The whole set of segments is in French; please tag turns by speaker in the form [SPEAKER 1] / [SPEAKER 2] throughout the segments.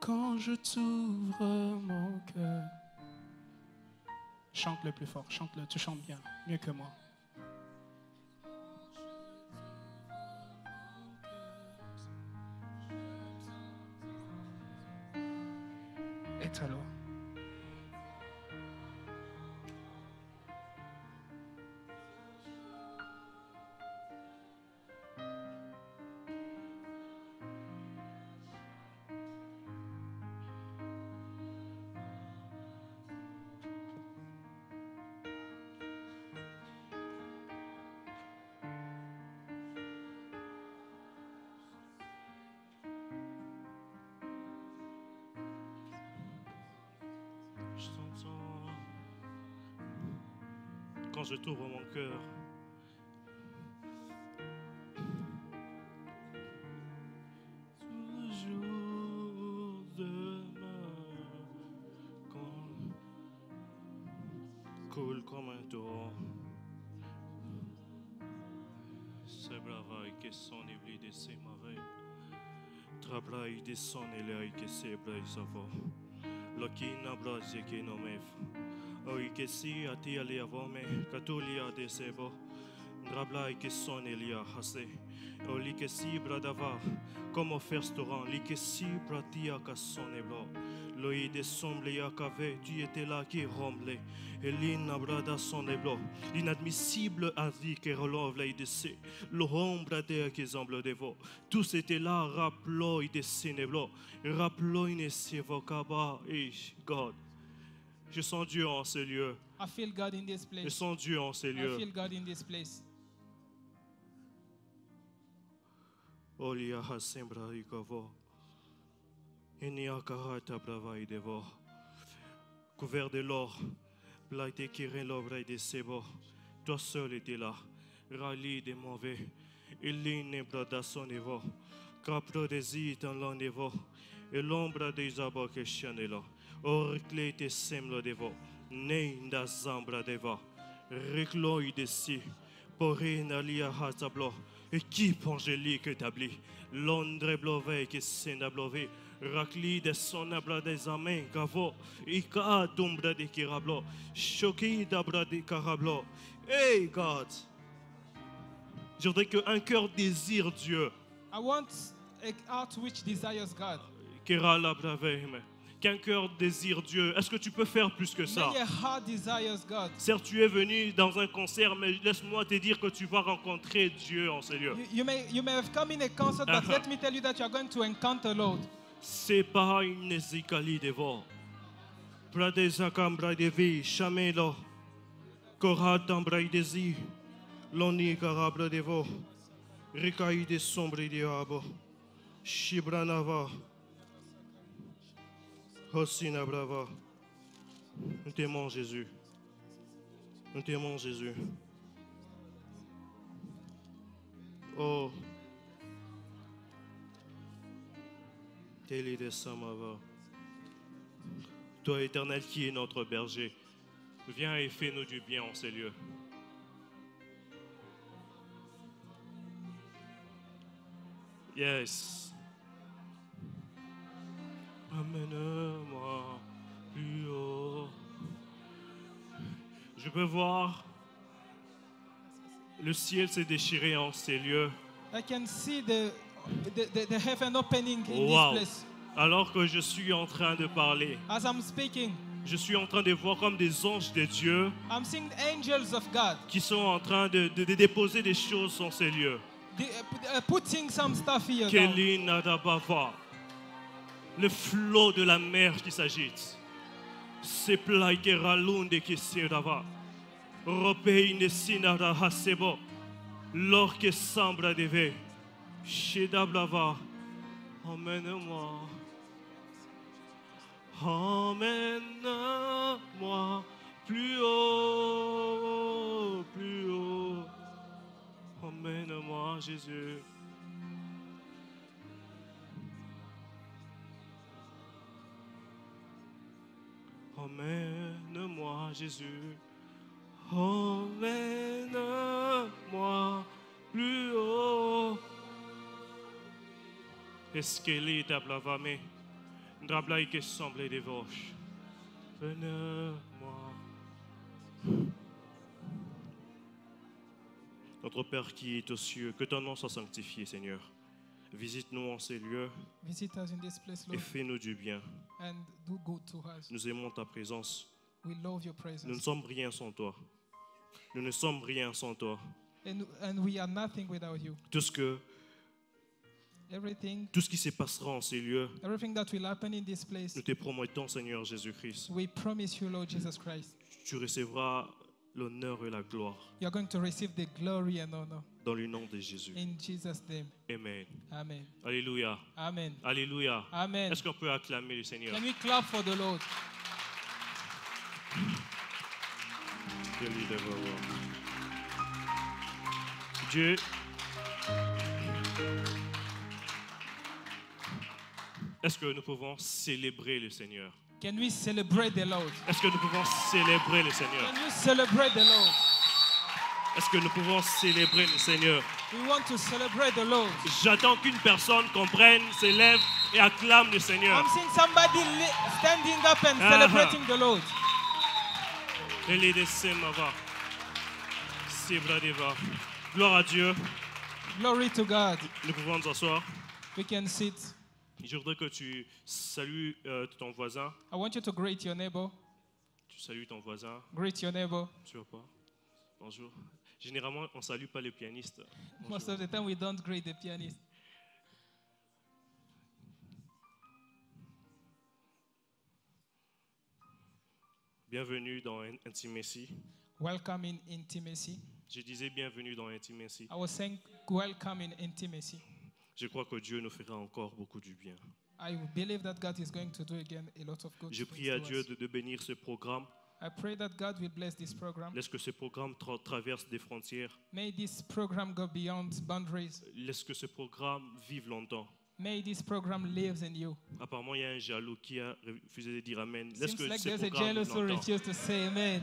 [SPEAKER 1] quand je t'ouvre mon cœur. Chante le plus fort, chante le, tu chantes bien, mieux que moi. Et alors
[SPEAKER 2] Je t'entends quand je t'ouvre mon cœur. Toujours demain, quand coule comme un torrent. C'est brava que son oubli de ses marais. Travail de son éloigné que ses bras savants. Lokin abrazi ki nomev. Oi que si a ti ali avome, katulia de sebo. Drablai que son elia hase. O li que si bradava, como festoran, li que si pratia ka son eblo. Loi de somble ya cave, tu étais là qui romble. Et l'inabrada son eblo. L'inadmissible a dit que relove la idc. L'ombre de qui semble devo. Tous étaient là, rappelons idc neblo. Rappelons inesivocaba, ish, God. Je sens Dieu en ce lieu.
[SPEAKER 1] I feel God in this
[SPEAKER 2] Je
[SPEAKER 1] place.
[SPEAKER 2] sens Dieu en ce
[SPEAKER 1] I
[SPEAKER 2] lieu.
[SPEAKER 1] feel God in this place.
[SPEAKER 2] Olia hasembra ikavo. Iniakahata brava idevo. Couvert de l'or, plaité kirin l'obra de sebo. Toi seul étais là, rallye des mauvais. Iline brada son evo. Caprodesi dans l'enevo. Et l'ombre des abos que chanelo. Orcle te semlo devo. Nei da zambra devo. Recloi desi. Porin alia hatablo. Équipe angélique établie. Londres blové que senda blové. Racli de son abra des amens gavo. Ika d'ombra de kirablo. Choki d'abra de carablo. Hey God! Je voudrais qu'un cœur désire Dieu.
[SPEAKER 1] I want a heart which desires God.
[SPEAKER 2] Kerala Bravem. Qu'un cœur désire Dieu. Est-ce que tu peux faire plus que ça
[SPEAKER 1] May a heart desires God.
[SPEAKER 2] Certes, tu es venu dans un concert, mais laisse-moi te dire que tu vas rencontrer Dieu en ces lieux.
[SPEAKER 1] You, you may you may have come in a concert, but
[SPEAKER 2] Uh-huh.
[SPEAKER 1] let me tell you that you are going to encounter Lord.
[SPEAKER 2] C'est pas une zikali devant. Pradesakam bradevi, chamelo. Koratam braidesi. Loni karabra devo. Rikaide sombre diabo. Shibranava. Hosina brava. Nous t'aimons Jésus. Nous t'aimons Jésus. Oh. Télé de Samava. Toi éternel qui es notre berger, viens et fais-nous du bien en ces lieux. Yes. Amène-moi plus haut. Je peux voir le ciel s'est déchiré en ces lieux.
[SPEAKER 1] I can see the the, the, the heaven opening in
[SPEAKER 2] Wow.
[SPEAKER 1] this place.
[SPEAKER 2] Alors que je suis en train de parler,
[SPEAKER 1] As I'm speaking,
[SPEAKER 2] je suis en train de voir comme des anges de Dieu
[SPEAKER 1] I'm seeing the angels of God
[SPEAKER 2] qui sont en train de, de- de déposer des choses dans ces lieux.
[SPEAKER 1] the, uh, put- uh, putting some stuff here. down.
[SPEAKER 2] Kelly Nadabava, le flot de la mer qui s'agite. C'est plageralunde qui s'irava. Ropeine sinara hasebo. L'or qui sembra deve. Shedablava. Emmène-moi. Emmène-moi plus haut, plus haut. Emmène-moi, Jésus. Emmène-moi, Jésus. Emmène-moi plus haut. Esquelita plavame. Drablai que semblait des vaches. Venez-moi. Notre Père qui est aux cieux, que ton nom soit sanctifié, Seigneur. Visite-nous en ces lieux
[SPEAKER 1] Visit us in this place,
[SPEAKER 2] et
[SPEAKER 1] Lord,
[SPEAKER 2] fais-nous du bien.
[SPEAKER 1] and do good to us.
[SPEAKER 2] Nous aimons ta présence.
[SPEAKER 1] We love your
[SPEAKER 2] Nous ne
[SPEAKER 1] presence.
[SPEAKER 2] sommes rien sans toi. Nous ne sommes rien sans toi.
[SPEAKER 1] And, and we are nothing without you.
[SPEAKER 2] Tout ce, que,
[SPEAKER 1] Everything,
[SPEAKER 2] tout ce qui se passera en ces lieux,
[SPEAKER 1] everything that will happen in this place,
[SPEAKER 2] nous te promettons, Seigneur Jésus-Christ.
[SPEAKER 1] we promise you, Lord Jesus Christ,
[SPEAKER 2] Tu recevras l'honneur et la gloire
[SPEAKER 1] you're going to receive the glory and honor.
[SPEAKER 2] dans le nom de Jésus.
[SPEAKER 1] In Jesus' name,
[SPEAKER 2] Amen.
[SPEAKER 1] amen.
[SPEAKER 2] Alléluia.
[SPEAKER 1] Amen.
[SPEAKER 2] Alléluia.
[SPEAKER 1] Amen.
[SPEAKER 2] Est-ce qu'on peut acclamer le Seigneur?
[SPEAKER 1] Can we clap for the Lord?
[SPEAKER 2] Que lui dévorera. Dieu. Est-ce que nous pouvons célébrer le Seigneur?
[SPEAKER 1] Can we celebrate the Lord?
[SPEAKER 2] Est-ce que nous pouvons célébrer le Seigneur?
[SPEAKER 1] Can you celebrate the Lord?
[SPEAKER 2] Est-ce que nous pouvons célébrer le Seigneur?
[SPEAKER 1] We want to celebrate the Lord.
[SPEAKER 2] J'attends qu'une personne comprenne, s'élève et acclame le Seigneur.
[SPEAKER 1] I'm seeing somebody li- standing up and
[SPEAKER 2] Uh-huh.
[SPEAKER 1] celebrating the Lord.
[SPEAKER 2] Elide Semava. Sebradeva. Gloire à Dieu.
[SPEAKER 1] Glory to God.
[SPEAKER 2] Nous pouvons nous asseoir.
[SPEAKER 1] We can sit.
[SPEAKER 2] Je voudrais que tu salues euh, ton voisin.
[SPEAKER 1] I want you to greet your neighbor.
[SPEAKER 2] Tu salues ton voisin.
[SPEAKER 1] Greet your neighbor.
[SPEAKER 2] Tu vois pas Bonjour. Généralement, on salue pas les pianistes.
[SPEAKER 1] Most of the time, we don't greet the pianist.
[SPEAKER 2] Bienvenue dans In- Intimacy.
[SPEAKER 1] Welcome in intimacy.
[SPEAKER 2] Je disais bienvenue dans Intimacy.
[SPEAKER 1] I was saying, welcome in intimacy.
[SPEAKER 2] Je crois que Dieu nous fera encore beaucoup du bien.
[SPEAKER 1] I believe that God is going to do again a lot of good.
[SPEAKER 2] Je
[SPEAKER 1] things
[SPEAKER 2] prie à
[SPEAKER 1] to
[SPEAKER 2] Dieu
[SPEAKER 1] us.
[SPEAKER 2] de, de bénir ce programme.
[SPEAKER 1] I pray that God will bless this program.
[SPEAKER 2] Laisse que ce programme tra- traverse des frontières.
[SPEAKER 1] May this program go beyond boundaries.
[SPEAKER 2] Laisse que ce programme vive longtemps.
[SPEAKER 1] May this program lives in you.
[SPEAKER 2] Apparemment, il y a un jaloux qui a refusé de dire Amen. Laisse
[SPEAKER 1] Seems
[SPEAKER 2] que
[SPEAKER 1] like
[SPEAKER 2] ce
[SPEAKER 1] there's a
[SPEAKER 2] programme
[SPEAKER 1] jealous
[SPEAKER 2] vive
[SPEAKER 1] who
[SPEAKER 2] longtemps.
[SPEAKER 1] refused to say amen.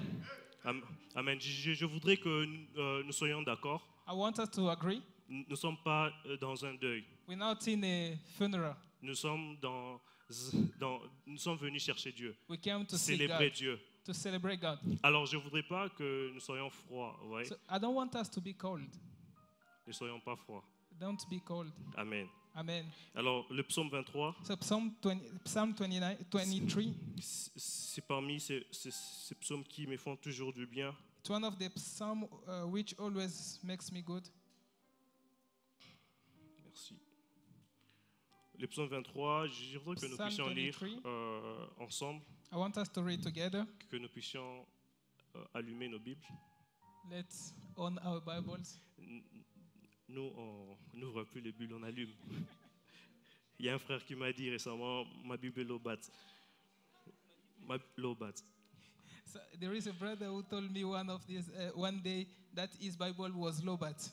[SPEAKER 2] Am- Amen. Je, je- je voudrais que euh, nous soyons d'accord.
[SPEAKER 1] I want us to agree.
[SPEAKER 2] Nous ne sommes pas euh, dans un deuil.
[SPEAKER 1] We're not in a funeral.
[SPEAKER 2] Nous sommes, dans, dans- nous sommes venus chercher Dieu,
[SPEAKER 1] We came to see
[SPEAKER 2] célébrer
[SPEAKER 1] God,
[SPEAKER 2] Dieu.
[SPEAKER 1] to celebrate God.
[SPEAKER 2] Alors je ne voudrais pas que nous soyons froids, vous voyez?
[SPEAKER 1] So I don't want us to be cold.
[SPEAKER 2] Ne soyons pas froids.
[SPEAKER 1] Don't be cold.
[SPEAKER 2] Amen.
[SPEAKER 1] Amen.
[SPEAKER 2] Alors le psaume 23,
[SPEAKER 1] So Psalm 20, Psalm 29, 23,
[SPEAKER 2] c'est- c'est parmi ces, ces- ces psaumes qui me font toujours du bien.
[SPEAKER 1] it's one of the psalm uh, which always makes me good.
[SPEAKER 2] Merci. Le psaume 23, je voudrais que nous
[SPEAKER 1] Psalm
[SPEAKER 2] puissions lire
[SPEAKER 1] 23.
[SPEAKER 2] euh, ensemble,
[SPEAKER 1] I want us to read together.
[SPEAKER 2] que nous puissions euh, allumer nos Bibles.
[SPEAKER 1] Let's own our Bibles.
[SPEAKER 2] N- Nous, on n'ouvre plus les bulles, on allume. Il y a un frère qui m'a dit récemment, ma Bible est low bat. Ma low bat.
[SPEAKER 1] So there is a brother who told me one of these uh, one day that his Bible was Lobat.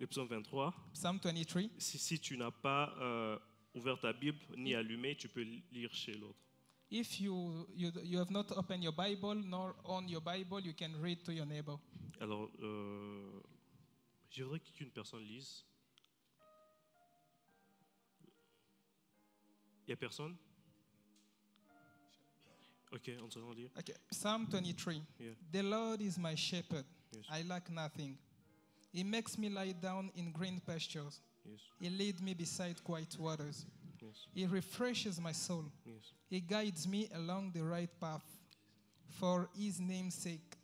[SPEAKER 2] Le psaume 23,
[SPEAKER 1] Psalm 23.
[SPEAKER 2] si, si tu n'as pas euh, ouvert ta Bible ni allumé, tu peux lire chez l'autre.
[SPEAKER 1] If you, you you have not opened your Bible nor on your Bible, you can read to your neighbor.
[SPEAKER 2] Alors, euh, je voudrais qu'une personne lise. Il n'y a personne Ok, on se rend lire.
[SPEAKER 1] Okay. Psalm 23.
[SPEAKER 2] Yeah.
[SPEAKER 1] The Lord is my shepherd;
[SPEAKER 2] Yes.
[SPEAKER 1] I lack nothing. He makes me lie down in green pastures.
[SPEAKER 2] Yes,
[SPEAKER 1] He leads me beside quiet waters.
[SPEAKER 2] yes,
[SPEAKER 1] He refreshes my soul.
[SPEAKER 2] yes.
[SPEAKER 1] He guides me along the right path for his name's sake.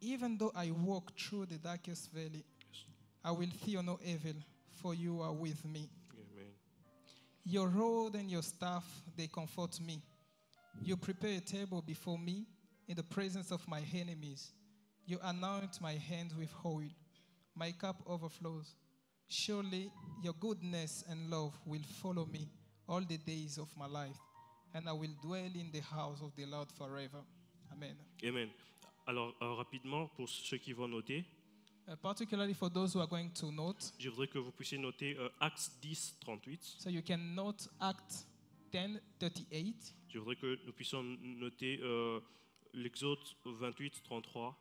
[SPEAKER 1] Even though I walk through the darkest valley,
[SPEAKER 2] yes.
[SPEAKER 1] I will fear no evil, for you are with me.
[SPEAKER 2] Amen.
[SPEAKER 1] Your rod and your staff, they comfort me. You prepare a table before me in the presence of my enemies. You anoint my hand with oil. My cup overflows. Surely your goodness and love will follow me all the days of my life, and I will dwell in the house of the Lord forever. Amen.
[SPEAKER 2] Amen. Alors, euh, rapidement, pour ceux qui vont noter,
[SPEAKER 1] Uh, particularly for those who are going to note,
[SPEAKER 2] je voudrais que vous puissiez noter euh, Acts 10, 38.
[SPEAKER 1] so you can note Act 10 38.
[SPEAKER 2] Je voudrais que nous puissions noter euh, l'Exode 28, 33.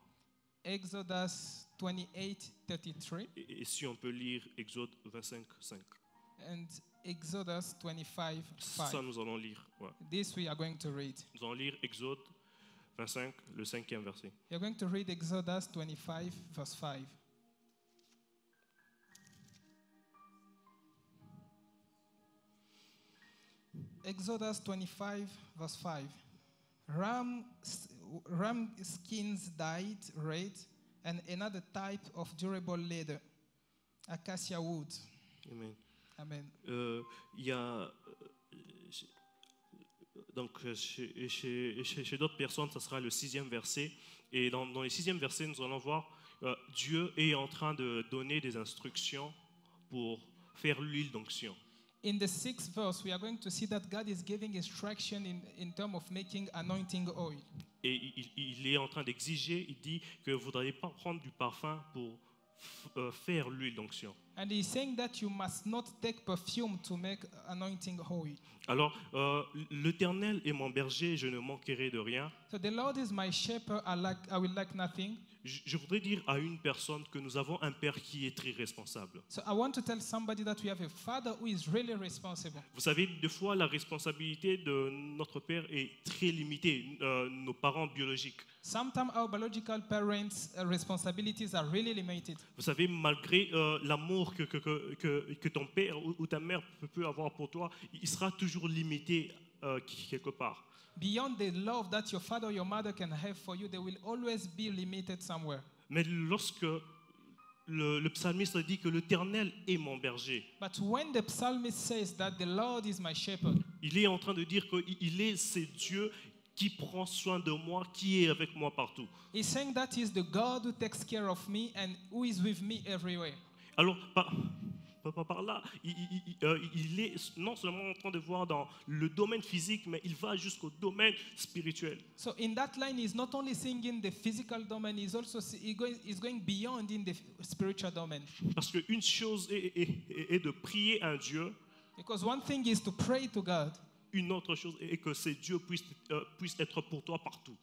[SPEAKER 1] Exodus 28 33.
[SPEAKER 2] Et, et si on peut lire Exode 25, 5.
[SPEAKER 1] and Exodus 25
[SPEAKER 2] Ça,
[SPEAKER 1] 5.
[SPEAKER 2] nous allons lire. ouais.
[SPEAKER 1] This we are going to read.
[SPEAKER 2] Nous allons lire Exode 25, le cinquième verset.
[SPEAKER 1] You're going to read Exodus 25, verse 5. Exodus 25, verse 5. Ram, s- ram skins dyed red, and another type of durable leather, acacia wood.
[SPEAKER 2] Amen.
[SPEAKER 1] Amen.
[SPEAKER 2] Euh, Il y a. euh, chez- donc, euh, chez, chez- chez- chez d'autres personnes, ça sera le sixième verset. Et dans, dans les sixième versets, nous allons voir euh, Dieu est en train de donner des instructions pour faire l'huile d'onction.
[SPEAKER 1] In the sixth verse, we are going to see that God is giving instruction in, in terms of making anointing oil.
[SPEAKER 2] Et il, il- il est en train d'exiger, il dit que vous n'allez pas prendre du parfum pour f- euh, faire l'huile d'onction.
[SPEAKER 1] And he's saying that you must not take perfume to make anointing oil.
[SPEAKER 2] Alors, euh, l'Éternel est mon berger, je ne manquerai de rien.
[SPEAKER 1] So the Lord is my shepherd, I, lack, I will lack nothing.
[SPEAKER 2] Je, je voudrais dire à une personne que nous avons un père qui est très responsable.
[SPEAKER 1] So I want to tell somebody that we have a father who is really responsible.
[SPEAKER 2] Vous savez, des fois, la responsabilité de notre père est très limitée, euh, nos parents biologiques.
[SPEAKER 1] Sometimes our biological parents' uh, responsibilities are really limited.
[SPEAKER 2] Vous savez, malgré euh, l'amour que, que- que- que- que ton père ou, ou ta mère peut- peut avoir pour toi, il sera toujours limité euh, quelque part.
[SPEAKER 1] Beyond the love that your father or your mother can have for you, they will always be limited somewhere.
[SPEAKER 2] Mais lorsque le, le psalmiste dit que l'Éternel est mon berger,
[SPEAKER 1] But when the psalmist says that the Lord is my shepherd,
[SPEAKER 2] il est en train de dire qu'il est ce Dieu qui prend soin de moi, qui est avec moi partout.
[SPEAKER 1] he's saying that he's the God who takes care of me and who is with me everywhere.
[SPEAKER 2] Alors, par, par- par- par là, il, il- il- euh, il est non seulement en train de voir dans le domaine physique, mais il va jusqu'au domaine spirituel.
[SPEAKER 1] So in that line, he's not only seeing in the physical domain, he's also see, he going, he's going beyond in the f- spiritual domain.
[SPEAKER 2] Parce qu'une chose est, est- est- est de prier un Dieu,
[SPEAKER 1] Because one thing is to pray to God,
[SPEAKER 2] une autre chose est que ce Dieu puisse, euh, puisse être pour toi partout.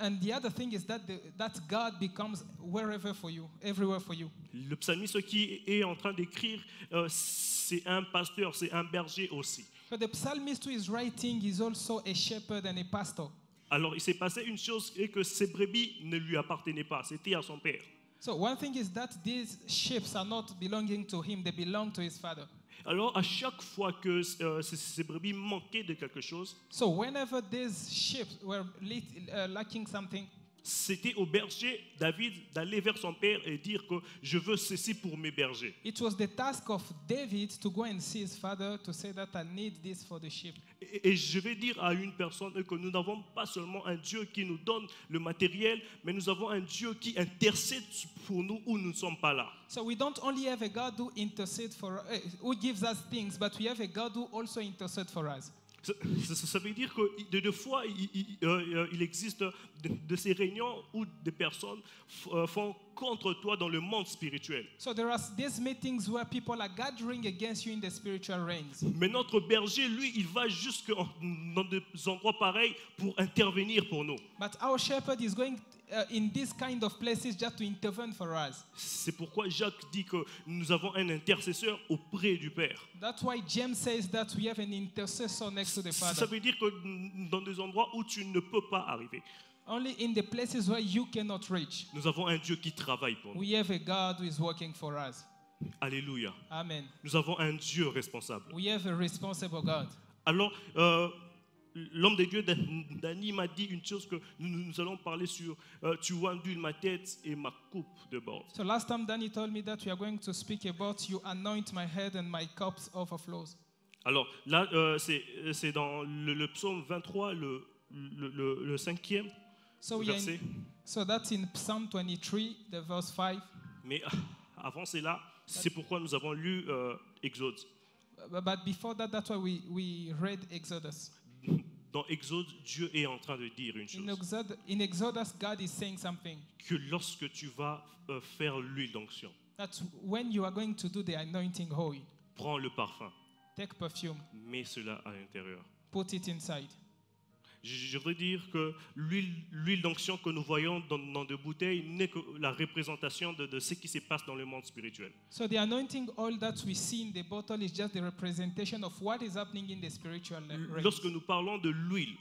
[SPEAKER 1] and the other thing is that the, that God becomes wherever for you, everywhere for you.
[SPEAKER 2] Le psalmiste qui est en train d'écrire, euh, c'est un pasteur, c'est un berger aussi.
[SPEAKER 1] But the psalmist who is writing is also a shepherd and a pastor.
[SPEAKER 2] Alors il s'est passé une chose, et que ses brebis ne lui appartenaient pas, c'était à son père.
[SPEAKER 1] So one thing is that these sheep are not belonging to him; they belong to his father.
[SPEAKER 2] Alors à chaque fois que euh, ces- ces brebis manquaient de quelque chose,
[SPEAKER 1] So whenever these sheep were lit, uh, lacking something,
[SPEAKER 2] c'était au berger David d'aller vers son père et dire que je veux ceci pour mes bergers.
[SPEAKER 1] It was the task of David to go and see his father to say that I need this for the sheep.
[SPEAKER 2] Et, et je vais dire à une personne que nous n'avons pas seulement un Dieu qui nous donne le matériel, mais nous avons un Dieu qui intercède pour nous où nous ne sommes pas là.
[SPEAKER 1] So we don't only have a God who intercedes for uh, who gives us things, but we have a God who also intercedes for us.
[SPEAKER 2] Ça, ça- ça veut dire que de deux fois, il, il- euh, euh, il existe de, de ces réunions où des personnes f- euh, font contre toi dans le monde spirituel.
[SPEAKER 1] So there are these meetings where people are gathering against you in the spiritual realms.
[SPEAKER 2] Mais notre berger, lui, il va jusque en- dans des endroits pareils pour intervenir pour nous.
[SPEAKER 1] But our shepherd is going uh, in these kind of places just to intervene for us.
[SPEAKER 2] C'est pourquoi Jacques dit que nous avons un intercesseur auprès du Père.
[SPEAKER 1] That's why James says that we have an intercessor next to the
[SPEAKER 2] Ça
[SPEAKER 1] Father.
[SPEAKER 2] veut dire que dans des endroits où tu ne peux pas arriver,
[SPEAKER 1] Only in the places where you cannot reach,
[SPEAKER 2] nous avons un Dieu qui travaille pour nous.
[SPEAKER 1] we have a God who is working for us.
[SPEAKER 2] Alléluia.
[SPEAKER 1] Amen.
[SPEAKER 2] Nous avons un Dieu responsable.
[SPEAKER 1] We have a responsible God.
[SPEAKER 2] Alors, euh, l'homme de Dieu, Dan- Dani, m'a dit une chose que nous, nous allons parler sur euh, Tu endules ma tête et ma coupe de bord.
[SPEAKER 1] So last time Danny told me that we are going to speak about you anoint my head and my cup overflows.
[SPEAKER 2] Alors là, euh, c'est c'est dans le, le psaume 23, le, le, le- le cinquième
[SPEAKER 1] So we are
[SPEAKER 2] verset.
[SPEAKER 1] in, so that's in Psalm 23, the verse 5.
[SPEAKER 2] Mais avant cela, c'est pourquoi nous avons lu euh, Exode.
[SPEAKER 1] Bu- But before that, that's why we, we read Exodus.
[SPEAKER 2] Dans Exode, Dieu est en train de dire une
[SPEAKER 1] In,
[SPEAKER 2] chose
[SPEAKER 1] Exod, in Exodus, God is saying something
[SPEAKER 2] que lorsque tu vas euh, faire l'huile d'onction,
[SPEAKER 1] that when you are going to do the anointing oil,
[SPEAKER 2] prends le parfum,
[SPEAKER 1] take perfume,
[SPEAKER 2] mets cela à l'intérieur.
[SPEAKER 1] put it inside.
[SPEAKER 2] Je, je veux dire que l'huile l'huile d'onction que nous voyons dans, dans des bouteilles n'est que la représentation de, de ce qui se passe dans le monde spirituel.
[SPEAKER 1] So the anointing oil that we see in the bottle is just the representation of what is happening in the spiritual realm.
[SPEAKER 2] Lorsque nous parlons de l'huile,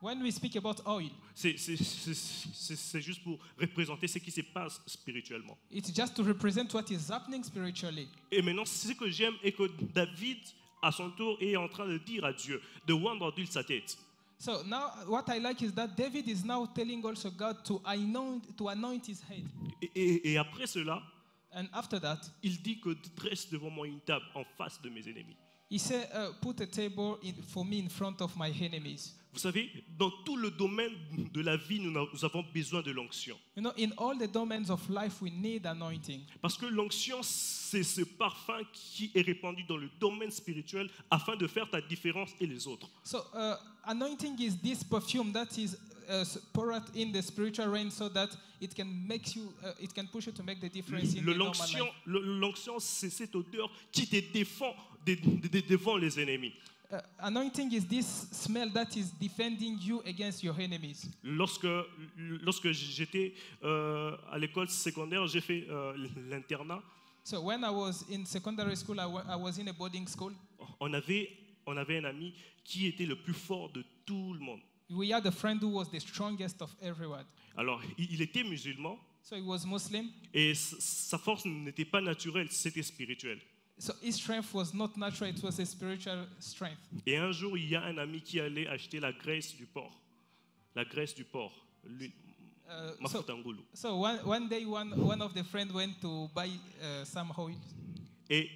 [SPEAKER 1] When we speak about oil,
[SPEAKER 2] c'est- c'est- c'est c'est- c'est juste pour représenter ce qui se passe spirituellement.
[SPEAKER 1] it's just to represent what is happening spiritually.
[SPEAKER 2] Et maintenant, ce que j'aime est que David, à son tour, est en train de dire à Dieu de rendre d'huile sa tête.
[SPEAKER 1] So now what I like is that David is now telling also God to anoint to anoint his head.
[SPEAKER 2] Et, et- et après cela,
[SPEAKER 1] And after that,
[SPEAKER 2] il dit que dresse devant moi une table en face de mes ennemis.
[SPEAKER 1] he said, uh, "Put a table in, for me in front of my enemies."
[SPEAKER 2] Vous savez, dans tout le domaine de la vie, nous, n'a- nous avons besoin de l'onction.
[SPEAKER 1] You know, in all the domains of life, we need anointing
[SPEAKER 2] Parce que l'onction, c'est ce parfum qui est répandu dans le domaine spirituel afin de faire ta différence et les autres.
[SPEAKER 1] So, uh, anointing is this perfume that is uh, s- poured out in the spiritual realm so that it can make you, uh, it can push you to make the difference in
[SPEAKER 2] Le-
[SPEAKER 1] the normal life.
[SPEAKER 2] L'onction, le- l'onction, c'est cette odeur qui te défend des- des- des- devant les ennemis.
[SPEAKER 1] Uh, anointing is this smell that is defending you against your enemies.
[SPEAKER 2] Lorsque, lorsque j'étais euh, à l'école secondaire, j'ai fait euh, l'internat.
[SPEAKER 1] So, when I was in secondary school, I wa- I was in a boarding school.
[SPEAKER 2] On avait, on avait un ami qui était le plus fort de tout le monde.
[SPEAKER 1] We had a friend who was the strongest of everyone.
[SPEAKER 2] Alors, il il était musulman
[SPEAKER 1] So, he was Muslim.
[SPEAKER 2] et s- sa force n'était pas naturelle, c'était spirituel.
[SPEAKER 1] So, his strength was not natural, it was a spiritual strength.
[SPEAKER 2] Et un jour, il y a un ami qui allait acheter la graisse du porc. La graisse du porc, l'huile,
[SPEAKER 1] Uh, so,
[SPEAKER 2] Mafutangoulou.
[SPEAKER 1] so one, one day, one, one of the friends went to buy uh, some oil.
[SPEAKER 2] Et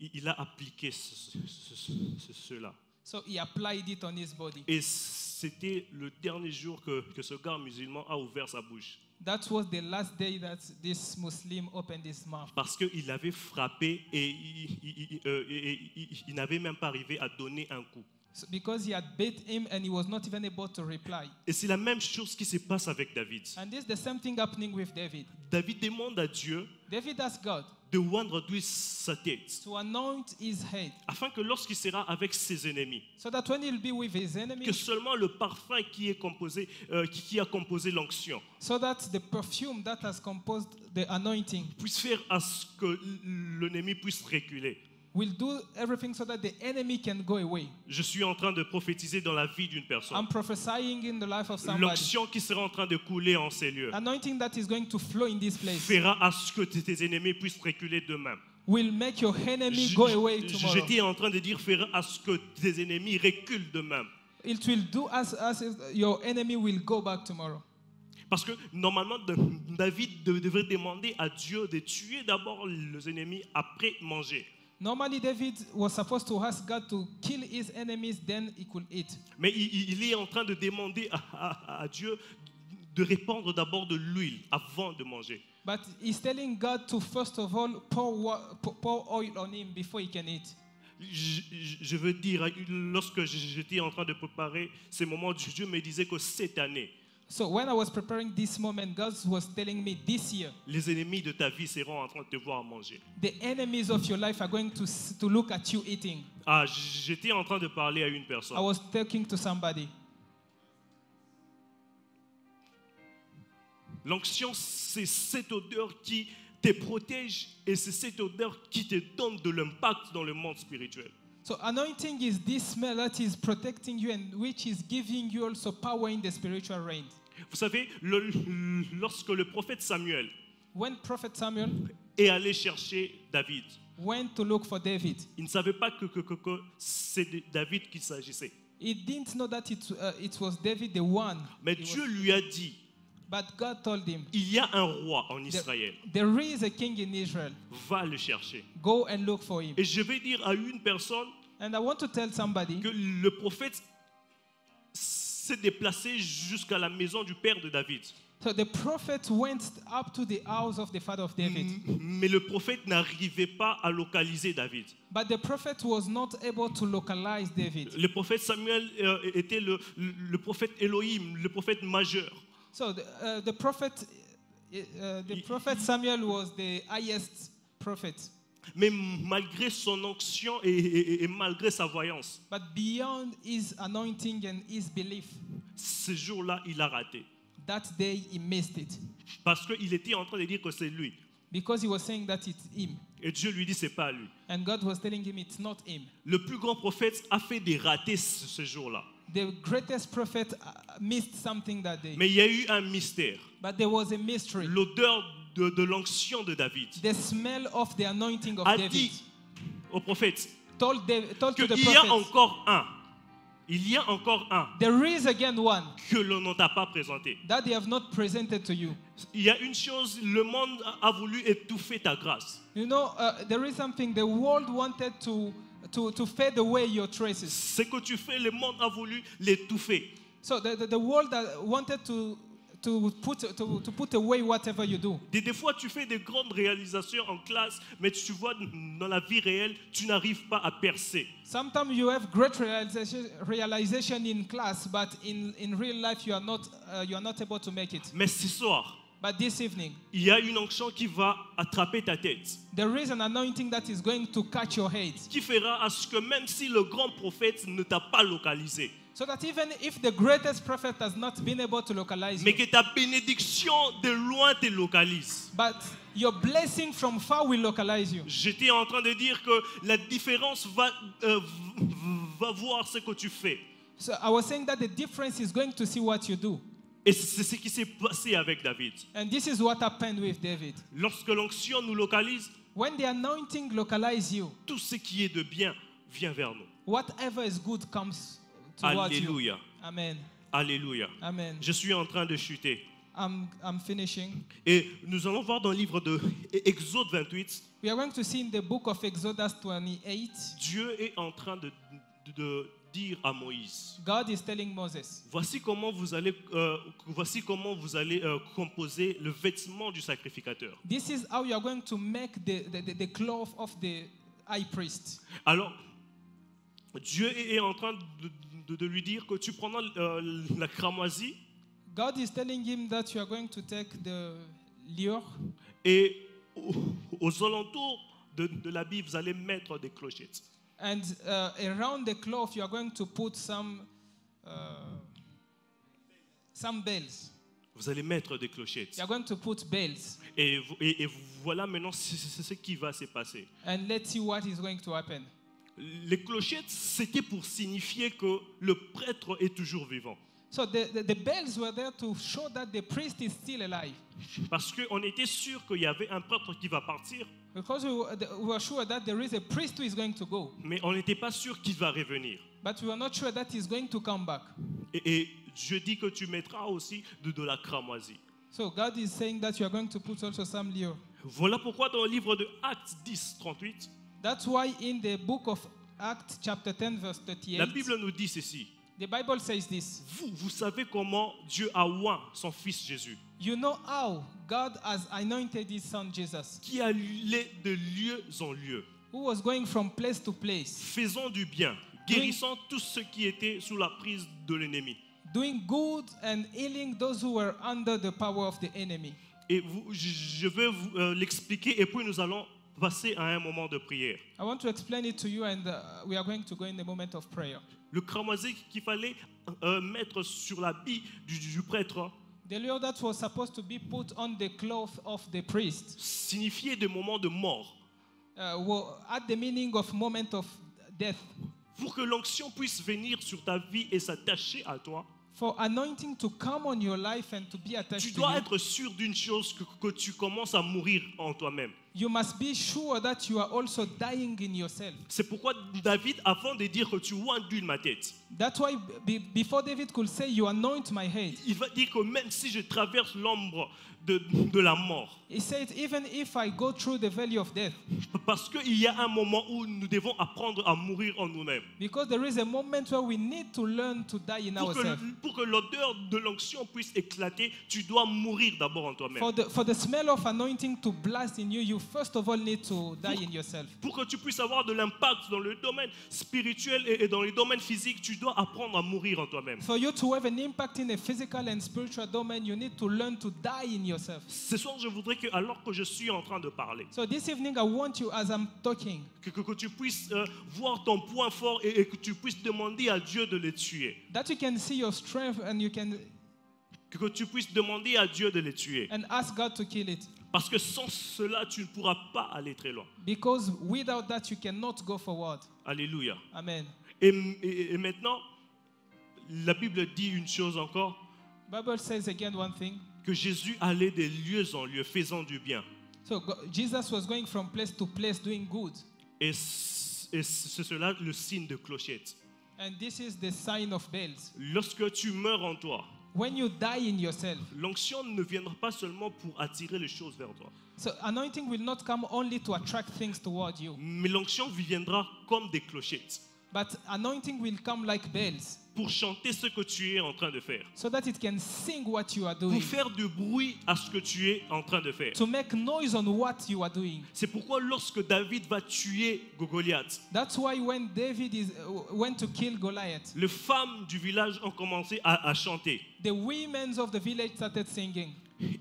[SPEAKER 2] il il a appliqué ce- ce- ce- ce- cela.
[SPEAKER 1] So he applied it on his body.
[SPEAKER 2] Et c'était le dernier jour que, que ce gars musulman a ouvert sa bouche.
[SPEAKER 1] That was the last day that this Muslim opened his mouth
[SPEAKER 2] Parce qu'il avait frappé et il, il- il- euh, et- et- il- il n'avait même pas arrivé à donner un coup.
[SPEAKER 1] So because he had beat him and he was not even able to reply.
[SPEAKER 2] Et c'est la même chose qui se passe avec David.
[SPEAKER 1] And this is the same thing happening with David.
[SPEAKER 2] David demande à Dieu
[SPEAKER 1] David asked God
[SPEAKER 2] de rendre d'huile sa tête,
[SPEAKER 1] to anoint his head
[SPEAKER 2] afin que lorsqu'il sera avec ses ennemis,
[SPEAKER 1] so that when he'll be with his
[SPEAKER 2] que
[SPEAKER 1] enemies,
[SPEAKER 2] seulement le parfum qui, est composé, euh, qui, qui a composé l'onction
[SPEAKER 1] so that the perfume that has composed the anointing
[SPEAKER 2] puisse faire à ce que l'ennemi puisse reculer.
[SPEAKER 1] will do everything so that the enemy can go away.
[SPEAKER 2] Je suis en train de prophétiser dans la vie d'une
[SPEAKER 1] I'm
[SPEAKER 2] personne.
[SPEAKER 1] prophesying in the life of somebody.
[SPEAKER 2] L'onction qui sera en train de couler en ces lieux
[SPEAKER 1] Anointing that is going to flow in this place
[SPEAKER 2] fera à ce que tes ennemis puissent reculer demain.
[SPEAKER 1] will make your enemy
[SPEAKER 2] Je-
[SPEAKER 1] go away
[SPEAKER 2] je-
[SPEAKER 1] tomorrow.
[SPEAKER 2] J'étais en train de dire fera à ce que tes ennemis reculent demain.
[SPEAKER 1] It will do as, as if your enemy will go back tomorrow.
[SPEAKER 2] Parce que normalement, de- David de- devrait demander à Dieu de tuer d'abord les ennemis après manger.
[SPEAKER 1] Normally, David was supposed to ask God to kill his enemies, then he could eat.
[SPEAKER 2] Mais il, il- il est en train de demander à, à- à Dieu de répandre d'abord de l'huile avant de manger.
[SPEAKER 1] But he's telling God to first of all pour, wa- pour- pour oil on him before he can eat.
[SPEAKER 2] Je, je- je veux dire, lorsque j'étais en train de préparer ces moments, Dieu me disait que cette année,
[SPEAKER 1] So when I was preparing this moment, God was telling me this year,
[SPEAKER 2] les ennemis de ta vie seront en train de te voir manger.
[SPEAKER 1] the enemies of your life are going to, s- to look at you eating.
[SPEAKER 2] Ah, j'étais en train de parler à une personne.
[SPEAKER 1] I was talking to somebody.
[SPEAKER 2] L'onction, c'est cette odeur qui te protège et c'est cette odeur qui te donne de l'impact dans le monde spirituel.
[SPEAKER 1] So anointing is this smell that is protecting you and which is giving you also power in the spiritual realm.
[SPEAKER 2] Vous savez, le- lorsque le prophète Samuel
[SPEAKER 1] When Prophet Samuel
[SPEAKER 2] est allé chercher David,
[SPEAKER 1] went to look for David,
[SPEAKER 2] il ne savait pas que, que- que- que c'est de David qu'il s'agissait.
[SPEAKER 1] He didn't know that it, uh, it was David the one.
[SPEAKER 2] Mais
[SPEAKER 1] He was-
[SPEAKER 2] Dieu lui a dit,
[SPEAKER 1] but God told him,
[SPEAKER 2] il y a un roi en
[SPEAKER 1] there,
[SPEAKER 2] Israël,
[SPEAKER 1] there is a king in Israel.
[SPEAKER 2] va le chercher.
[SPEAKER 1] Go and look for him.
[SPEAKER 2] Et je vais dire à une personne
[SPEAKER 1] And I want to tell somebody
[SPEAKER 2] que le prophète s'est déplacé jusqu'à la maison du père de David.
[SPEAKER 1] so the prophet went up to the house of the father of David,
[SPEAKER 2] Mais le prophète n'arrivait pas à localiser David.
[SPEAKER 1] but the prophet was not able to localize David.
[SPEAKER 2] Le prophète Samuel euh, était le, le prophète Elohim, le prophète majeur.
[SPEAKER 1] So the, uh, the prophet, uh, uh, the prophet Samuel was the highest prophet.
[SPEAKER 2] Mais malgré son onction et, et- et- et malgré sa voyance,
[SPEAKER 1] But beyond his anointing and his belief,
[SPEAKER 2] Ce jour-là, il a raté.
[SPEAKER 1] That day he missed it
[SPEAKER 2] Parce qu'il était en train de dire que c'est lui.
[SPEAKER 1] because he was saying that it's him.
[SPEAKER 2] Et Dieu lui dit, c'est pas lui.
[SPEAKER 1] And God was telling him it's not him.
[SPEAKER 2] Le plus grand prophète a fait des ratés ce ce jour-là.
[SPEAKER 1] The greatest prophet uh, missed something that day.
[SPEAKER 2] Mais il y a eu un mystère.
[SPEAKER 1] But there was a mystery.
[SPEAKER 2] L'odeur de, de l'onction de David
[SPEAKER 1] The smell of the anointing of
[SPEAKER 2] a
[SPEAKER 1] David
[SPEAKER 2] dit au prophète
[SPEAKER 1] told, Dav- told to the
[SPEAKER 2] qu'il y a
[SPEAKER 1] prophet,
[SPEAKER 2] encore un. Il y a encore un
[SPEAKER 1] there is again one
[SPEAKER 2] que l'on ne t'a pas présenté.
[SPEAKER 1] that they have not presented to you.
[SPEAKER 2] Il y a une chose, le monde a- a voulu étouffer ta grâce.
[SPEAKER 1] You know, uh, there is something the world wanted to, to, to fade away your traces.
[SPEAKER 2] Ce que tu fais, le monde a voulu l'étouffer.
[SPEAKER 1] So the, the, the world that wanted to, to, put, to, to put away whatever you do.
[SPEAKER 2] Des, des fois, tu fais des grandes réalisations en classe, mais tu vois, dans la vie réelle, tu n'arrives pas à percer.
[SPEAKER 1] Sometimes you have great realization, realization in class, but in, in real life you are, not, uh, you are not able to make it.
[SPEAKER 2] Mais ce soir,
[SPEAKER 1] But this evening,
[SPEAKER 2] il y a une onction qui va attraper ta tête,
[SPEAKER 1] there is an anointing that is going to catch your head.
[SPEAKER 2] qui fera à ce que même si le grand prophète ne t'a pas localisé,
[SPEAKER 1] So that even if the greatest prophet has not been able to localize
[SPEAKER 2] mais
[SPEAKER 1] you,
[SPEAKER 2] que ta bénédiction de loin te localise.
[SPEAKER 1] but your blessing from far will localize you.
[SPEAKER 2] J'étais en train de dire que la différence va, euh, v- va voir ce que tu fais.
[SPEAKER 1] So I was saying that the difference is going to see what you do.
[SPEAKER 2] Et c'est ce qui s'est passé avec David.
[SPEAKER 1] And this is what happened with David.
[SPEAKER 2] Lorsque l'onction nous localise,
[SPEAKER 1] When the anointing localizes you,
[SPEAKER 2] tout ce qui est de bien vient vers nous.
[SPEAKER 1] whatever is good comes towards you.
[SPEAKER 2] Alléluia.
[SPEAKER 1] Amen.
[SPEAKER 2] Alléluia.
[SPEAKER 1] Amen.
[SPEAKER 2] Je suis en train de chuter.
[SPEAKER 1] I'm, I'm finishing.
[SPEAKER 2] Et nous allons voir dans le livre de Exode 28,
[SPEAKER 1] We are going to see in the book of Exodus 28,
[SPEAKER 2] Dieu est en train de, de- de dire à Moïse,
[SPEAKER 1] God is telling Moses,
[SPEAKER 2] voici comment vous allez, euh, voici comment vous allez euh, composer le vêtement du sacrificateur.
[SPEAKER 1] This is how you are going to make the, the, the, the cloth of the high priest.
[SPEAKER 2] Alors, Dieu est est en train de, de- de lui dire que tu prendras euh, la cramoisie
[SPEAKER 1] God is telling him that you are going to take the lyre
[SPEAKER 2] et au- aux alentours de, de l'habit, vous allez mettre des clochettes.
[SPEAKER 1] and uh, around the cloth you are going to put some uh, some bells.
[SPEAKER 2] Vous allez mettre des clochettes.
[SPEAKER 1] You are going to put bells
[SPEAKER 2] Et, vo- et- et voilà maintenant c- c- ce qui va se passer.
[SPEAKER 1] and let's see what is going to happen.
[SPEAKER 2] Les clochettes, c'était pour signifier que le prêtre est toujours vivant.
[SPEAKER 1] So the, the, the bells were there to show that the priest is still alive
[SPEAKER 2] Parce qu'on était sûr qu'il y avait un prêtre qui va partir,
[SPEAKER 1] because we were, the- we were sure that there is a priest who is going to go,
[SPEAKER 2] mais on n'était pas sûr qu'il va revenir.
[SPEAKER 1] but we were not sure that he's going to come back.
[SPEAKER 2] Et, et je dis que tu mettras aussi de, de la cramoisie.
[SPEAKER 1] So God is saying that you are going to put also some lyre.
[SPEAKER 2] Voilà pourquoi dans le livre de Actes 10, 38,
[SPEAKER 1] That's why in the book of Acts chapter 10 verse 38
[SPEAKER 2] la Bible nous dit ceci.
[SPEAKER 1] The Bible says this
[SPEAKER 2] Vous, vous savez comment Dieu a oint son fils Jésus,
[SPEAKER 1] You know how God has anointed his son Jesus,
[SPEAKER 2] qui allait de lieu en lieu,
[SPEAKER 1] who was going from place to place,
[SPEAKER 2] faisant du bien, guérissant tous ceux qui étaient sous la prise de l'ennemi.
[SPEAKER 1] doing good and healing those who were under the power of the enemy.
[SPEAKER 2] Et vous- je je vais vous euh, l'expliquer et puis nous allons passer à un moment de prière.
[SPEAKER 1] I want to explain it to you, and uh, we are going to go in a moment of prayer.
[SPEAKER 2] Le cramoisi qu'il fallait euh, mettre sur l'habit du, du prêtre hein,
[SPEAKER 1] The lyre that was supposed to be put on the cloth of the priest
[SPEAKER 2] signifiait des moments de mort.
[SPEAKER 1] uh, were at the meaning of moment of death.
[SPEAKER 2] Pour que l'onction puisse venir sur ta vie et s'attacher à toi,
[SPEAKER 1] For anointing to come on your life and to be
[SPEAKER 2] tu
[SPEAKER 1] attached to
[SPEAKER 2] dois
[SPEAKER 1] you,
[SPEAKER 2] être sûr d'une chose, que, que tu commences à mourir en toi-même.
[SPEAKER 1] you must be sure that you are also dying in yourself.
[SPEAKER 2] C'est pourquoi David, avant de dire que tu oins d'huile ma tête,
[SPEAKER 1] That's why be, before David could say, You anoint my head,
[SPEAKER 2] il va dire que même si je traverse l'ombre de, de la mort,
[SPEAKER 1] he said, Even if I go through the valley of death,
[SPEAKER 2] parce qu'il y a un moment où nous devons apprendre à mourir en nous-mêmes.
[SPEAKER 1] because there is a moment where we need to learn to die in
[SPEAKER 2] Pour
[SPEAKER 1] ourselves.
[SPEAKER 2] que, pour que l'odeur de l'onction puisse éclater, tu dois mourir d'abord en toi-même.
[SPEAKER 1] For the, for the smell of anointing to blast in you, you first of all need to die in yourself.
[SPEAKER 2] Pour que tu puisses avoir de l'impact dans le domaine spirituel et et dans le domaine physique, tu dois apprendre à mourir en toi-même.
[SPEAKER 1] For you to have an impact in the physical and spiritual domain, you need to learn to die in yourself.
[SPEAKER 2] Ce soir, je voudrais que, alors que je suis en train de parler,
[SPEAKER 1] So this evening, I want you, as I'm talking,
[SPEAKER 2] que, que- que tu puisses euh, voir ton point fort et, et que tu puisses demander à Dieu de le tuer.
[SPEAKER 1] that you can see your strength and you can
[SPEAKER 2] Que, que tu puisses demander à Dieu de le tuer.
[SPEAKER 1] and ask God to kill it.
[SPEAKER 2] Parce que sans cela, tu ne pourras pas aller très loin.
[SPEAKER 1] Because without that, you cannot go forward.
[SPEAKER 2] Alléluia.
[SPEAKER 1] Amen.
[SPEAKER 2] Et, et- et maintenant, la Bible dit une chose encore,
[SPEAKER 1] Bible says again one thing.
[SPEAKER 2] que Jésus allait des lieux en lieu, faisant du bien.
[SPEAKER 1] So go- Jesus was going from place to place doing good,
[SPEAKER 2] Et c- et c'est cela le signe de clochette.
[SPEAKER 1] and this is the sign of bells.
[SPEAKER 2] Lorsque tu meurs en toi,
[SPEAKER 1] When you die in yourself,
[SPEAKER 2] l'onction ne viendra pas seulement pour attirer les choses vers toi,
[SPEAKER 1] so anointing will not come only to attract things toward you,
[SPEAKER 2] mais l'onction viendra comme des clochettes
[SPEAKER 1] but anointing will come like bells,
[SPEAKER 2] pour chanter ce que tu es en train de faire,
[SPEAKER 1] so that it can sing what you are doing,
[SPEAKER 2] pour faire du bruit à ce que tu es en train de faire.
[SPEAKER 1] to make noise on what you are doing.
[SPEAKER 2] C'est pourquoi lorsque David va tuer Goliath,
[SPEAKER 1] That's why when David is uh, went to kill Goliath,
[SPEAKER 2] les femmes du village ont commencé à- à chanter.
[SPEAKER 1] the women of the village started singing.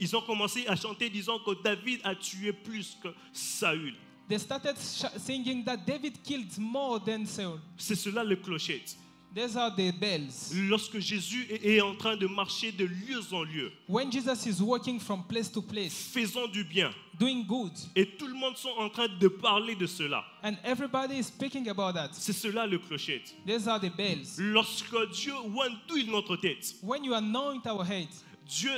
[SPEAKER 2] Ils ont commencé à chanter disant que David a tué plus que Saül.
[SPEAKER 1] They started sh- singing that David killed more than Saul.
[SPEAKER 2] C'est cela le clochette.
[SPEAKER 1] These are the bells.
[SPEAKER 2] Lorsque Jésus est est en train de marcher de lieu en lieu,
[SPEAKER 1] When Jesus is walking from place to place,
[SPEAKER 2] faisant du bien,
[SPEAKER 1] doing good,
[SPEAKER 2] et tout le monde sont en train de parler de cela,
[SPEAKER 1] and everybody is speaking about that,
[SPEAKER 2] c'est cela le clochette.
[SPEAKER 1] these are the bells.
[SPEAKER 2] Lorsque Dieu ointouille notre tête,
[SPEAKER 1] When you anoint our head,
[SPEAKER 2] Dieu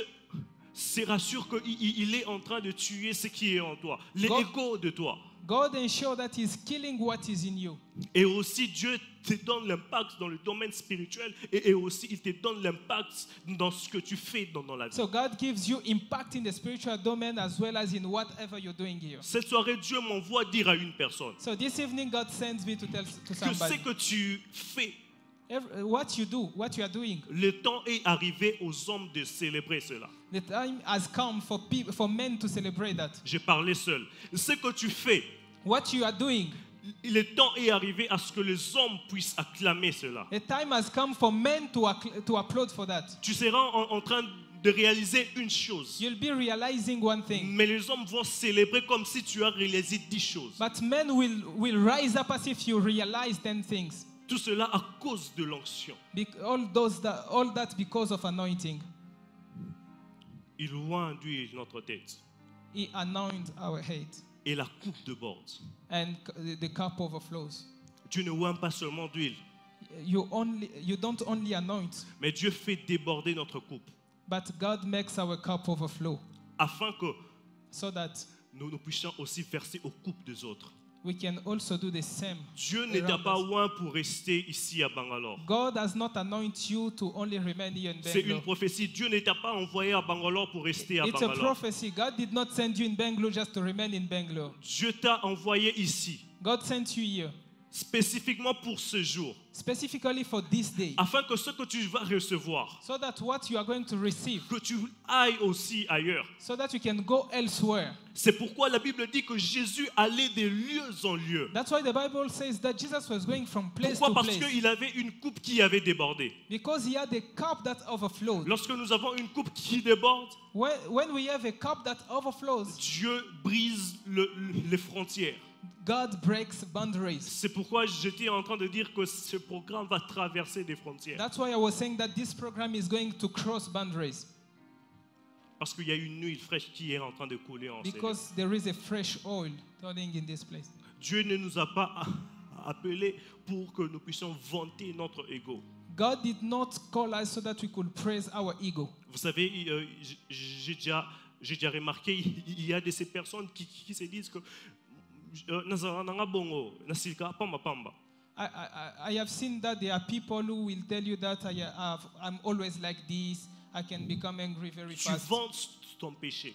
[SPEAKER 2] se rassure qu'il il est en train de tuer ce qui est en toi, les
[SPEAKER 1] God-
[SPEAKER 2] échos de toi.
[SPEAKER 1] God ensures that He's killing what is in you.
[SPEAKER 2] Et aussi, Dieu te donne l'impact dans le domaine spirituel et, et aussi, il te donne l'impact dans ce que tu fais dans, dans la vie.
[SPEAKER 1] So God gives you impact in the spiritual domain as well as in whatever you're doing here.
[SPEAKER 2] Cette soirée, Dieu m'envoie dire à une personne
[SPEAKER 1] So this evening, God sends me to tell s- to
[SPEAKER 2] que ce
[SPEAKER 1] somebody
[SPEAKER 2] que tu fais,
[SPEAKER 1] Every- what you do, what you are doing.
[SPEAKER 2] le temps est arrivé aux hommes de célébrer cela.
[SPEAKER 1] The time has come for people, for men to celebrate that.
[SPEAKER 2] J'ai parlé seul. Ce que tu fais,
[SPEAKER 1] What you are doing,
[SPEAKER 2] le temps est arrivé à ce que les hommes puissent acclamer cela.
[SPEAKER 1] the time has come for men to accl- to applaud for that.
[SPEAKER 2] Tu seras en, en train de réaliser une chose,
[SPEAKER 1] You'll be realizing one thing.
[SPEAKER 2] mais les hommes vont célébrer comme si tu as réalisé dix choses.
[SPEAKER 1] But men will, will rise up as if you realize 10 things.
[SPEAKER 2] Tout cela à cause de l'onction.
[SPEAKER 1] Bec- all, those that, all that because of anointing.
[SPEAKER 2] Il oint d'huile notre tête
[SPEAKER 1] He anoints our head,
[SPEAKER 2] et la coupe déborde.
[SPEAKER 1] and c- the- the cup overflows.
[SPEAKER 2] Dieu ne oint pas seulement d'huile,
[SPEAKER 1] You, only, you don't only anoint,
[SPEAKER 2] mais Dieu fait déborder notre coupe
[SPEAKER 1] but God makes our cup overflow
[SPEAKER 2] afin que
[SPEAKER 1] so that
[SPEAKER 2] nous, nous puissions aussi verser aux coupes des autres.
[SPEAKER 1] we can also do the same.
[SPEAKER 2] Dieu ne t'a pas oint pour rester ici à Bangalore.
[SPEAKER 1] God has not anointed you to only remain here in
[SPEAKER 2] C'est une
[SPEAKER 1] Bangalore.
[SPEAKER 2] prophétie. Dieu ne t'a pas envoyé à Bangalore pour rester à
[SPEAKER 1] It's a
[SPEAKER 2] Bangalore.
[SPEAKER 1] prophecy. God did not send you in Bangalore just to remain in Bangalore.
[SPEAKER 2] Dieu t'a envoyé ici,
[SPEAKER 1] God sent you here
[SPEAKER 2] spécifiquement pour ce jour,
[SPEAKER 1] specifically for this day.
[SPEAKER 2] afin que ce que tu vas recevoir,
[SPEAKER 1] so that what you are going to receive,
[SPEAKER 2] que tu ailles aussi ailleurs.
[SPEAKER 1] so that you can go elsewhere.
[SPEAKER 2] C'est pourquoi la Bible dit que Jésus allait des lieux en lieu.
[SPEAKER 1] That's why the Bible says that Jesus was going from place
[SPEAKER 2] Pourquoi
[SPEAKER 1] to
[SPEAKER 2] Parce
[SPEAKER 1] place
[SPEAKER 2] qu'il avait une coupe qui avait débordé.
[SPEAKER 1] because he had a cup that overflowed.
[SPEAKER 2] Lorsque nous avons une coupe qui déborde,
[SPEAKER 1] When, when we have a cup that overflows,
[SPEAKER 2] Dieu brise le- les frontières.
[SPEAKER 1] God breaks boundaries.
[SPEAKER 2] C'est pourquoi j'étais en train de dire que ce programme va traverser des frontières.
[SPEAKER 1] That's why I was saying that this program is going to cross boundaries
[SPEAKER 2] Parce qu'il y a une huile fraîche qui est en train de couler en Seigneur.
[SPEAKER 1] because there is a fresh oil turning in this place.
[SPEAKER 2] Dieu ne nous a pas a- appelés pour que nous puissions vanter notre ego.
[SPEAKER 1] God did not call us so that we could praise our ego.
[SPEAKER 2] Vous savez, il, euh, j- j'ai déjà, j'ai déjà remarqué, il il y a de ces personnes qui, qui se disent que euh, Nazara nanga bongo, nasilka pamba pamba.
[SPEAKER 1] I, I, I- I have seen that there are people who will tell you that I have, I'm always like this. I can become angry very
[SPEAKER 2] Tu
[SPEAKER 1] fast.
[SPEAKER 2] vantes ton péché.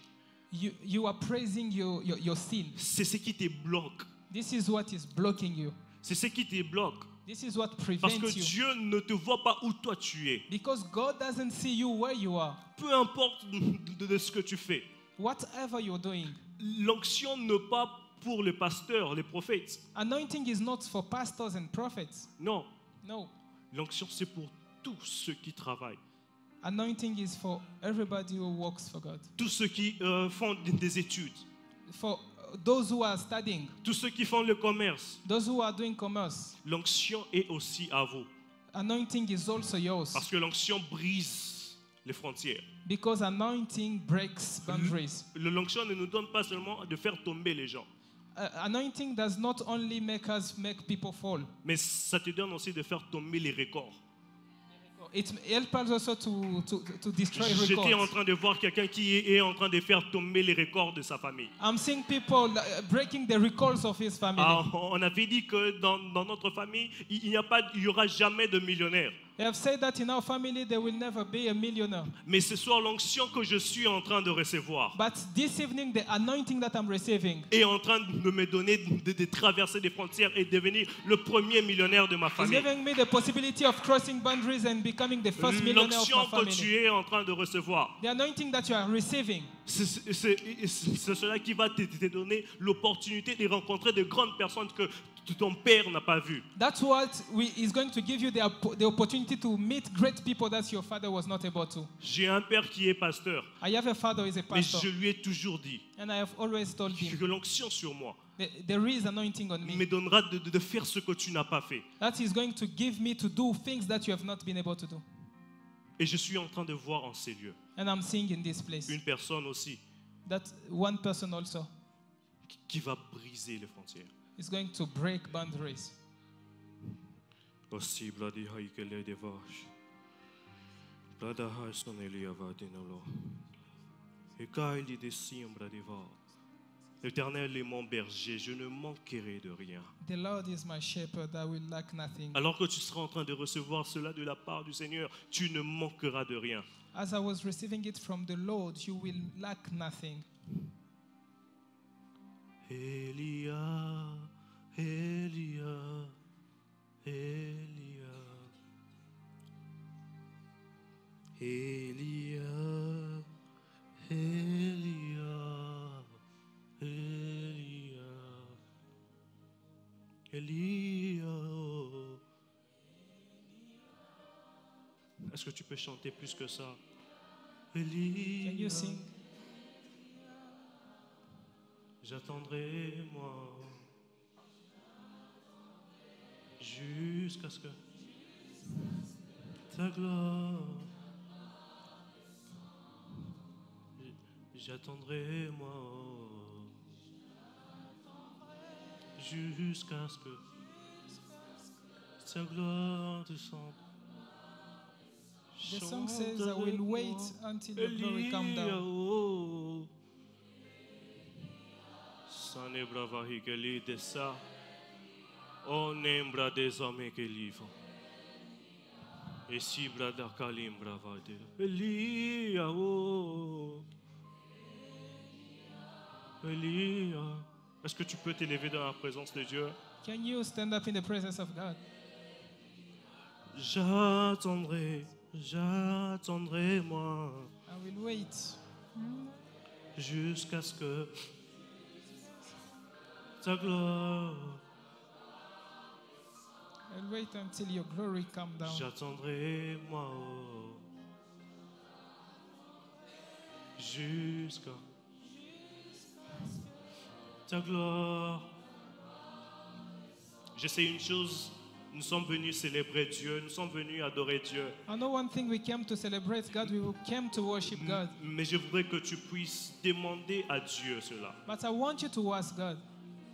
[SPEAKER 1] You, you are praising your, your, your sin.
[SPEAKER 2] C'est ce qui te bloque.
[SPEAKER 1] This is what is blocking you.
[SPEAKER 2] C'est ce qui te bloque.
[SPEAKER 1] This is what
[SPEAKER 2] Parce que
[SPEAKER 1] prevents you.
[SPEAKER 2] Dieu ne te voit pas où toi tu es.
[SPEAKER 1] Because God doesn't see you where you are,
[SPEAKER 2] Peu importe de de ce que tu fais.
[SPEAKER 1] whatever you're doing.
[SPEAKER 2] L'onction n'est pas pour les pasteurs, les prophètes.
[SPEAKER 1] Anointing is not for pastors and prophets.
[SPEAKER 2] Non,
[SPEAKER 1] No.
[SPEAKER 2] l'onction c'est pour tous ceux qui travaillent,
[SPEAKER 1] Anointing is for everybody who works for God,
[SPEAKER 2] tous ceux qui euh, font des études,
[SPEAKER 1] for uh, those who are studying,
[SPEAKER 2] tous ceux qui font le commerce.
[SPEAKER 1] those who are doing commerce.
[SPEAKER 2] L'onction est aussi à vous.
[SPEAKER 1] Anointing is also yours
[SPEAKER 2] Parce que l'onction brise les frontières.
[SPEAKER 1] because anointing breaks boundaries.
[SPEAKER 2] Le- L'onction ne nous donne pas seulement de faire tomber les gens,
[SPEAKER 1] Uh, anointing does not only make us make people fall,
[SPEAKER 2] mais ça te donne aussi de faire tomber les records.
[SPEAKER 1] it helps us also to, to, to destroy
[SPEAKER 2] J'étais en
[SPEAKER 1] records.
[SPEAKER 2] train de voir quelqu'un qui est est en train de faire tomber les records de sa famille.
[SPEAKER 1] I'm seeing people uh, breaking the records of his family.
[SPEAKER 2] Ah, on avait dit que dans, dans notre famille, il n'y a pas, il y aura jamais de millionnaire.
[SPEAKER 1] They have said that in our family there will never be a millionaire.
[SPEAKER 2] Mais ce soir, l'onction que je suis en train de recevoir
[SPEAKER 1] But this evening, the anointing that I'm receiving
[SPEAKER 2] est en train de me donner de, de traverser des frontières et devenir le premier millionnaire de ma
[SPEAKER 1] is
[SPEAKER 2] famille.
[SPEAKER 1] giving me the possibility of crossing boundaries and becoming the first millionaire of
[SPEAKER 2] L'onction
[SPEAKER 1] my
[SPEAKER 2] que
[SPEAKER 1] family.
[SPEAKER 2] tu es en train de recevoir,
[SPEAKER 1] The anointing that you are receiving
[SPEAKER 2] c'est c'est- c'est cela qui va te, te donner l'opportunité de rencontrer de grandes personnes que t- ton père n'a pas vues.
[SPEAKER 1] That's what we, is going to give you the, op- the opportunity to meet great people that your father was not able to.
[SPEAKER 2] J'ai un père qui est pasteur,
[SPEAKER 1] I have a father who is a
[SPEAKER 2] mais je
[SPEAKER 1] pastor,
[SPEAKER 2] lui ai toujours dit
[SPEAKER 1] and I have always told him
[SPEAKER 2] que l'onction sur moi
[SPEAKER 1] that there is anointing on
[SPEAKER 2] me
[SPEAKER 1] me
[SPEAKER 2] donnera de, de- de faire ce que tu n'as pas fait.
[SPEAKER 1] that is going to give me to do things that you have not been able to do.
[SPEAKER 2] Et je suis en train de voir en ces lieux
[SPEAKER 1] And I'm seeing in this place
[SPEAKER 2] une personne aussi
[SPEAKER 1] that one person also
[SPEAKER 2] qui- qui va briser les frontières.
[SPEAKER 1] is going to break boundaries.
[SPEAKER 2] Aussi, bladi haikele de vache. Blada haison eliava dinolo. Et kaili de simbra de va. L'éternel est mon berger, je ne manquerai de rien.
[SPEAKER 1] The Lord is my shepherd, I will lack nothing.
[SPEAKER 2] Alors que tu seras en train de recevoir cela de la part du Seigneur, tu ne manqueras de rien.
[SPEAKER 1] As I was receiving it from the Lord, you will lack nothing.
[SPEAKER 2] Elia, Elia, Elia. Elia, Elia, Elia. Elia. oh. Est-ce que tu peux chanter plus que ça? Elia.
[SPEAKER 1] Can you sing?
[SPEAKER 2] J'attendrai moi jusqu'à ce que ta gloire. J'attendrai moi jusqu'à ce que ta gloire descende.
[SPEAKER 1] The song says, I will wait until your glory come down.
[SPEAKER 2] down. oh. Sane brava hikeli desa. O nembra desame que livro. E si brada kalim brava de. Elia o. Elia. Est-ce que tu peux t'élever dans la présence de Dieu?
[SPEAKER 1] Can you stand up in the presence of God?
[SPEAKER 2] J'attendrai, j'attendrai moi.
[SPEAKER 1] I will wait
[SPEAKER 2] jusqu'à ce que ta gloire.
[SPEAKER 1] I'll wait until your glory come down.
[SPEAKER 2] J'attendrai moi oh, jusqu'à ta gloire. Je sais une chose, nous sommes venus célébrer Dieu, nous sommes venus adorer Dieu.
[SPEAKER 1] I know one thing we came to celebrate God, we came to worship
[SPEAKER 2] Mm-hmm.
[SPEAKER 1] God.
[SPEAKER 2] Mais je voudrais que tu puisses demander à Dieu cela.
[SPEAKER 1] But I want you to ask God.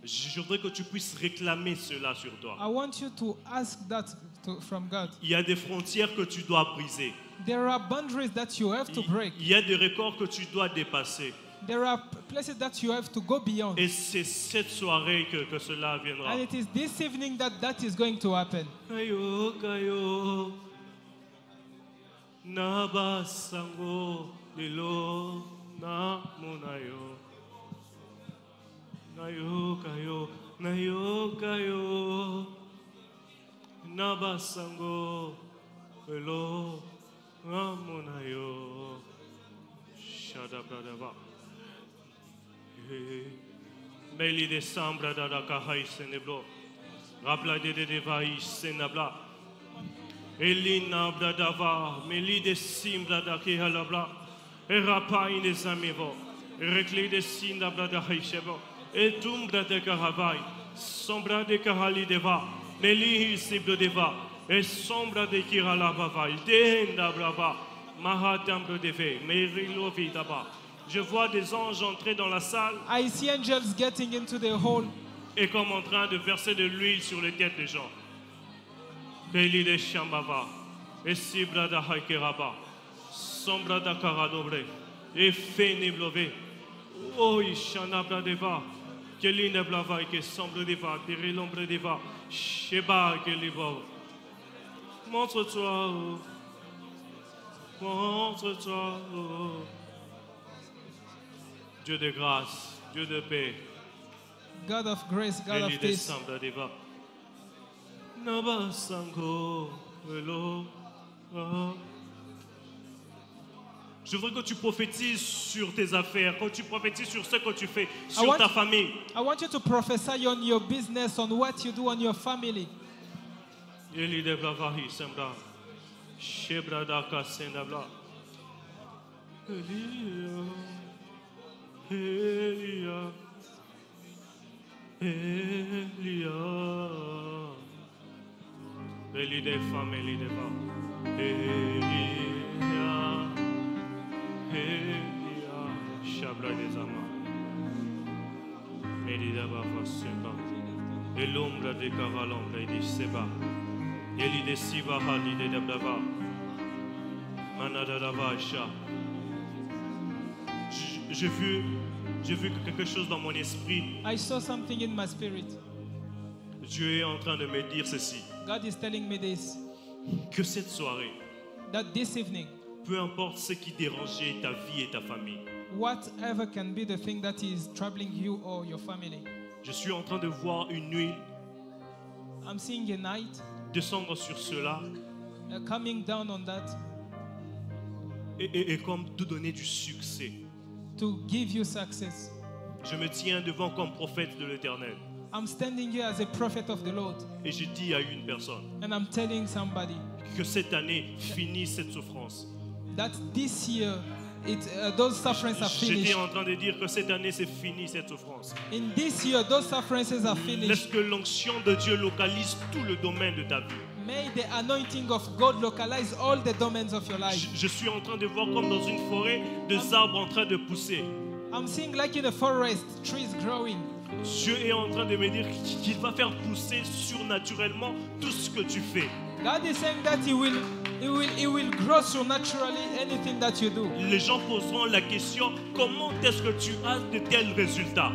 [SPEAKER 2] Je je voudrais que tu puisses réclamer cela sur toi.
[SPEAKER 1] I want you to ask that to, from God.
[SPEAKER 2] Il y a des frontières que tu dois briser.
[SPEAKER 1] There are boundaries that you have to break,
[SPEAKER 2] Il y a des records que tu dois dépasser.
[SPEAKER 1] there are p- places that you have to go beyond.
[SPEAKER 2] Et c'est cette soirée que, que cela viendra.
[SPEAKER 1] And it is this evening that that is going to happen.
[SPEAKER 2] Kayo, kayo, nabasango, lilo, namunayo. Nayo, kayo, nayo, kayo, nabasango, lilo, namunayo. Shadabradaba. Meli de sambra da da kahai senebro. Rabla de de devai senabla. Elina bra dava. Meli de simbra da kehalabla. E Erapa in de zamevo. Rekli de sinda bra da haishebo. Etum bra E de kahavai. Sombra de kahali deva. Meli sibro deva. E sombra de kiralavavai. Dehenda brava. Mahatam bra deve. Merilo vidaba. Je vois des anges entrer dans la salle.
[SPEAKER 1] I see angels getting into the hall.
[SPEAKER 2] et comme en train de verser de l'huile sur les têtes des gens. Beli de Shambhava, et Sibra da Haikeraba, Sombra da Karadobre, et Feniblove, O Ishana Bradeva, Kelina Blava, que Sombra Deva, Pirilombre Deva, Sheba Kelibov. Montre-toi, oh. montre-toi, oh. Dieu de grâce, Dieu de paix.
[SPEAKER 1] God of grace, God of
[SPEAKER 2] Eli de
[SPEAKER 1] peace.
[SPEAKER 2] Sambra Deva. Naba Sango Elo. Ah. Je voudrais que tu prophétises sur tes affaires, que tu prophétises sur ce que tu fais, sur
[SPEAKER 1] want-
[SPEAKER 2] ta famille.
[SPEAKER 1] I want you to prophesy on your business, on what you do, on your family.
[SPEAKER 2] Eli de Blavahi Sambra. Shebra Daka Sendabla. Elia. Elia. Elia. Eli de femme, Eli de va. Elia. Elia. Shabra des amas. Eli de Bava Seba. Et l'ombre de Kavalombre, Eli de Seba. Eli de Siva, Eli de Dabdava. Manadadava, Sha. J- J'ai vu, j'ai vu quelque chose dans mon esprit.
[SPEAKER 1] I saw something in my spirit.
[SPEAKER 2] Dieu est en train de me dire ceci.
[SPEAKER 1] God is telling me this
[SPEAKER 2] Que cette soirée,
[SPEAKER 1] that this evening,
[SPEAKER 2] peu importe ce qui dérangeait ta vie et ta famille,
[SPEAKER 1] whatever can be the thing that is troubling you or your family,
[SPEAKER 2] je suis en train de voir une huile
[SPEAKER 1] I'm seeing a night
[SPEAKER 2] descendre sur cela
[SPEAKER 1] uh, coming down on that
[SPEAKER 2] et, et- et comme te donner du succès.
[SPEAKER 1] to give you success.
[SPEAKER 2] Je me tiens devant comme prophète de l'Éternel
[SPEAKER 1] I'm standing here as a prophet of the Lord,
[SPEAKER 2] et je dis à une personne
[SPEAKER 1] and I'm telling somebody
[SPEAKER 2] que cette année finit cette souffrance.
[SPEAKER 1] that this year, it, uh, those sufferings are
[SPEAKER 2] J'étais
[SPEAKER 1] finished.
[SPEAKER 2] en train de dire que cette année c'est fini cette souffrance.
[SPEAKER 1] In this year, those sufferings are
[SPEAKER 2] Laisse
[SPEAKER 1] finished.
[SPEAKER 2] que l'onction de Dieu localise tout le domaine de ta vie.
[SPEAKER 1] May the anointing of God localize all the domains of your life.
[SPEAKER 2] Je, je suis en train de voir comme dans une forêt des arbres en train de pousser.
[SPEAKER 1] I'm seeing like in a forest, trees growing.
[SPEAKER 2] Dieu est en train de me dire qu'il va faire pousser surnaturellement tout ce que tu fais.
[SPEAKER 1] God is saying that He will, He will, He will grow so naturally anything that you do.
[SPEAKER 2] Les gens poseront la question comment est-ce que tu as de tels résultats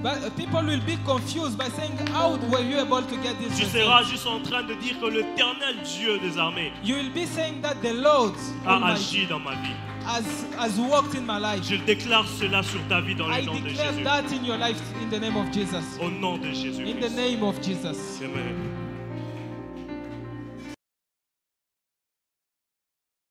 [SPEAKER 1] But uh, people will be confused by saying, "How were you able to get this?"
[SPEAKER 2] Tu seras
[SPEAKER 1] result?"
[SPEAKER 2] juste en train de dire que l'éternel Dieu des armées
[SPEAKER 1] You will be saying that the Lord
[SPEAKER 2] a
[SPEAKER 1] Almighty
[SPEAKER 2] agi dans ma vie.
[SPEAKER 1] has has worked in my life.
[SPEAKER 2] Je déclare cela sur ta vie dans
[SPEAKER 1] I
[SPEAKER 2] le nom de
[SPEAKER 1] declare
[SPEAKER 2] Jésus.
[SPEAKER 1] that in your life in the name of Jesus.
[SPEAKER 2] Au nom de Jésus.
[SPEAKER 1] In the name of Jesus.
[SPEAKER 2] Amen.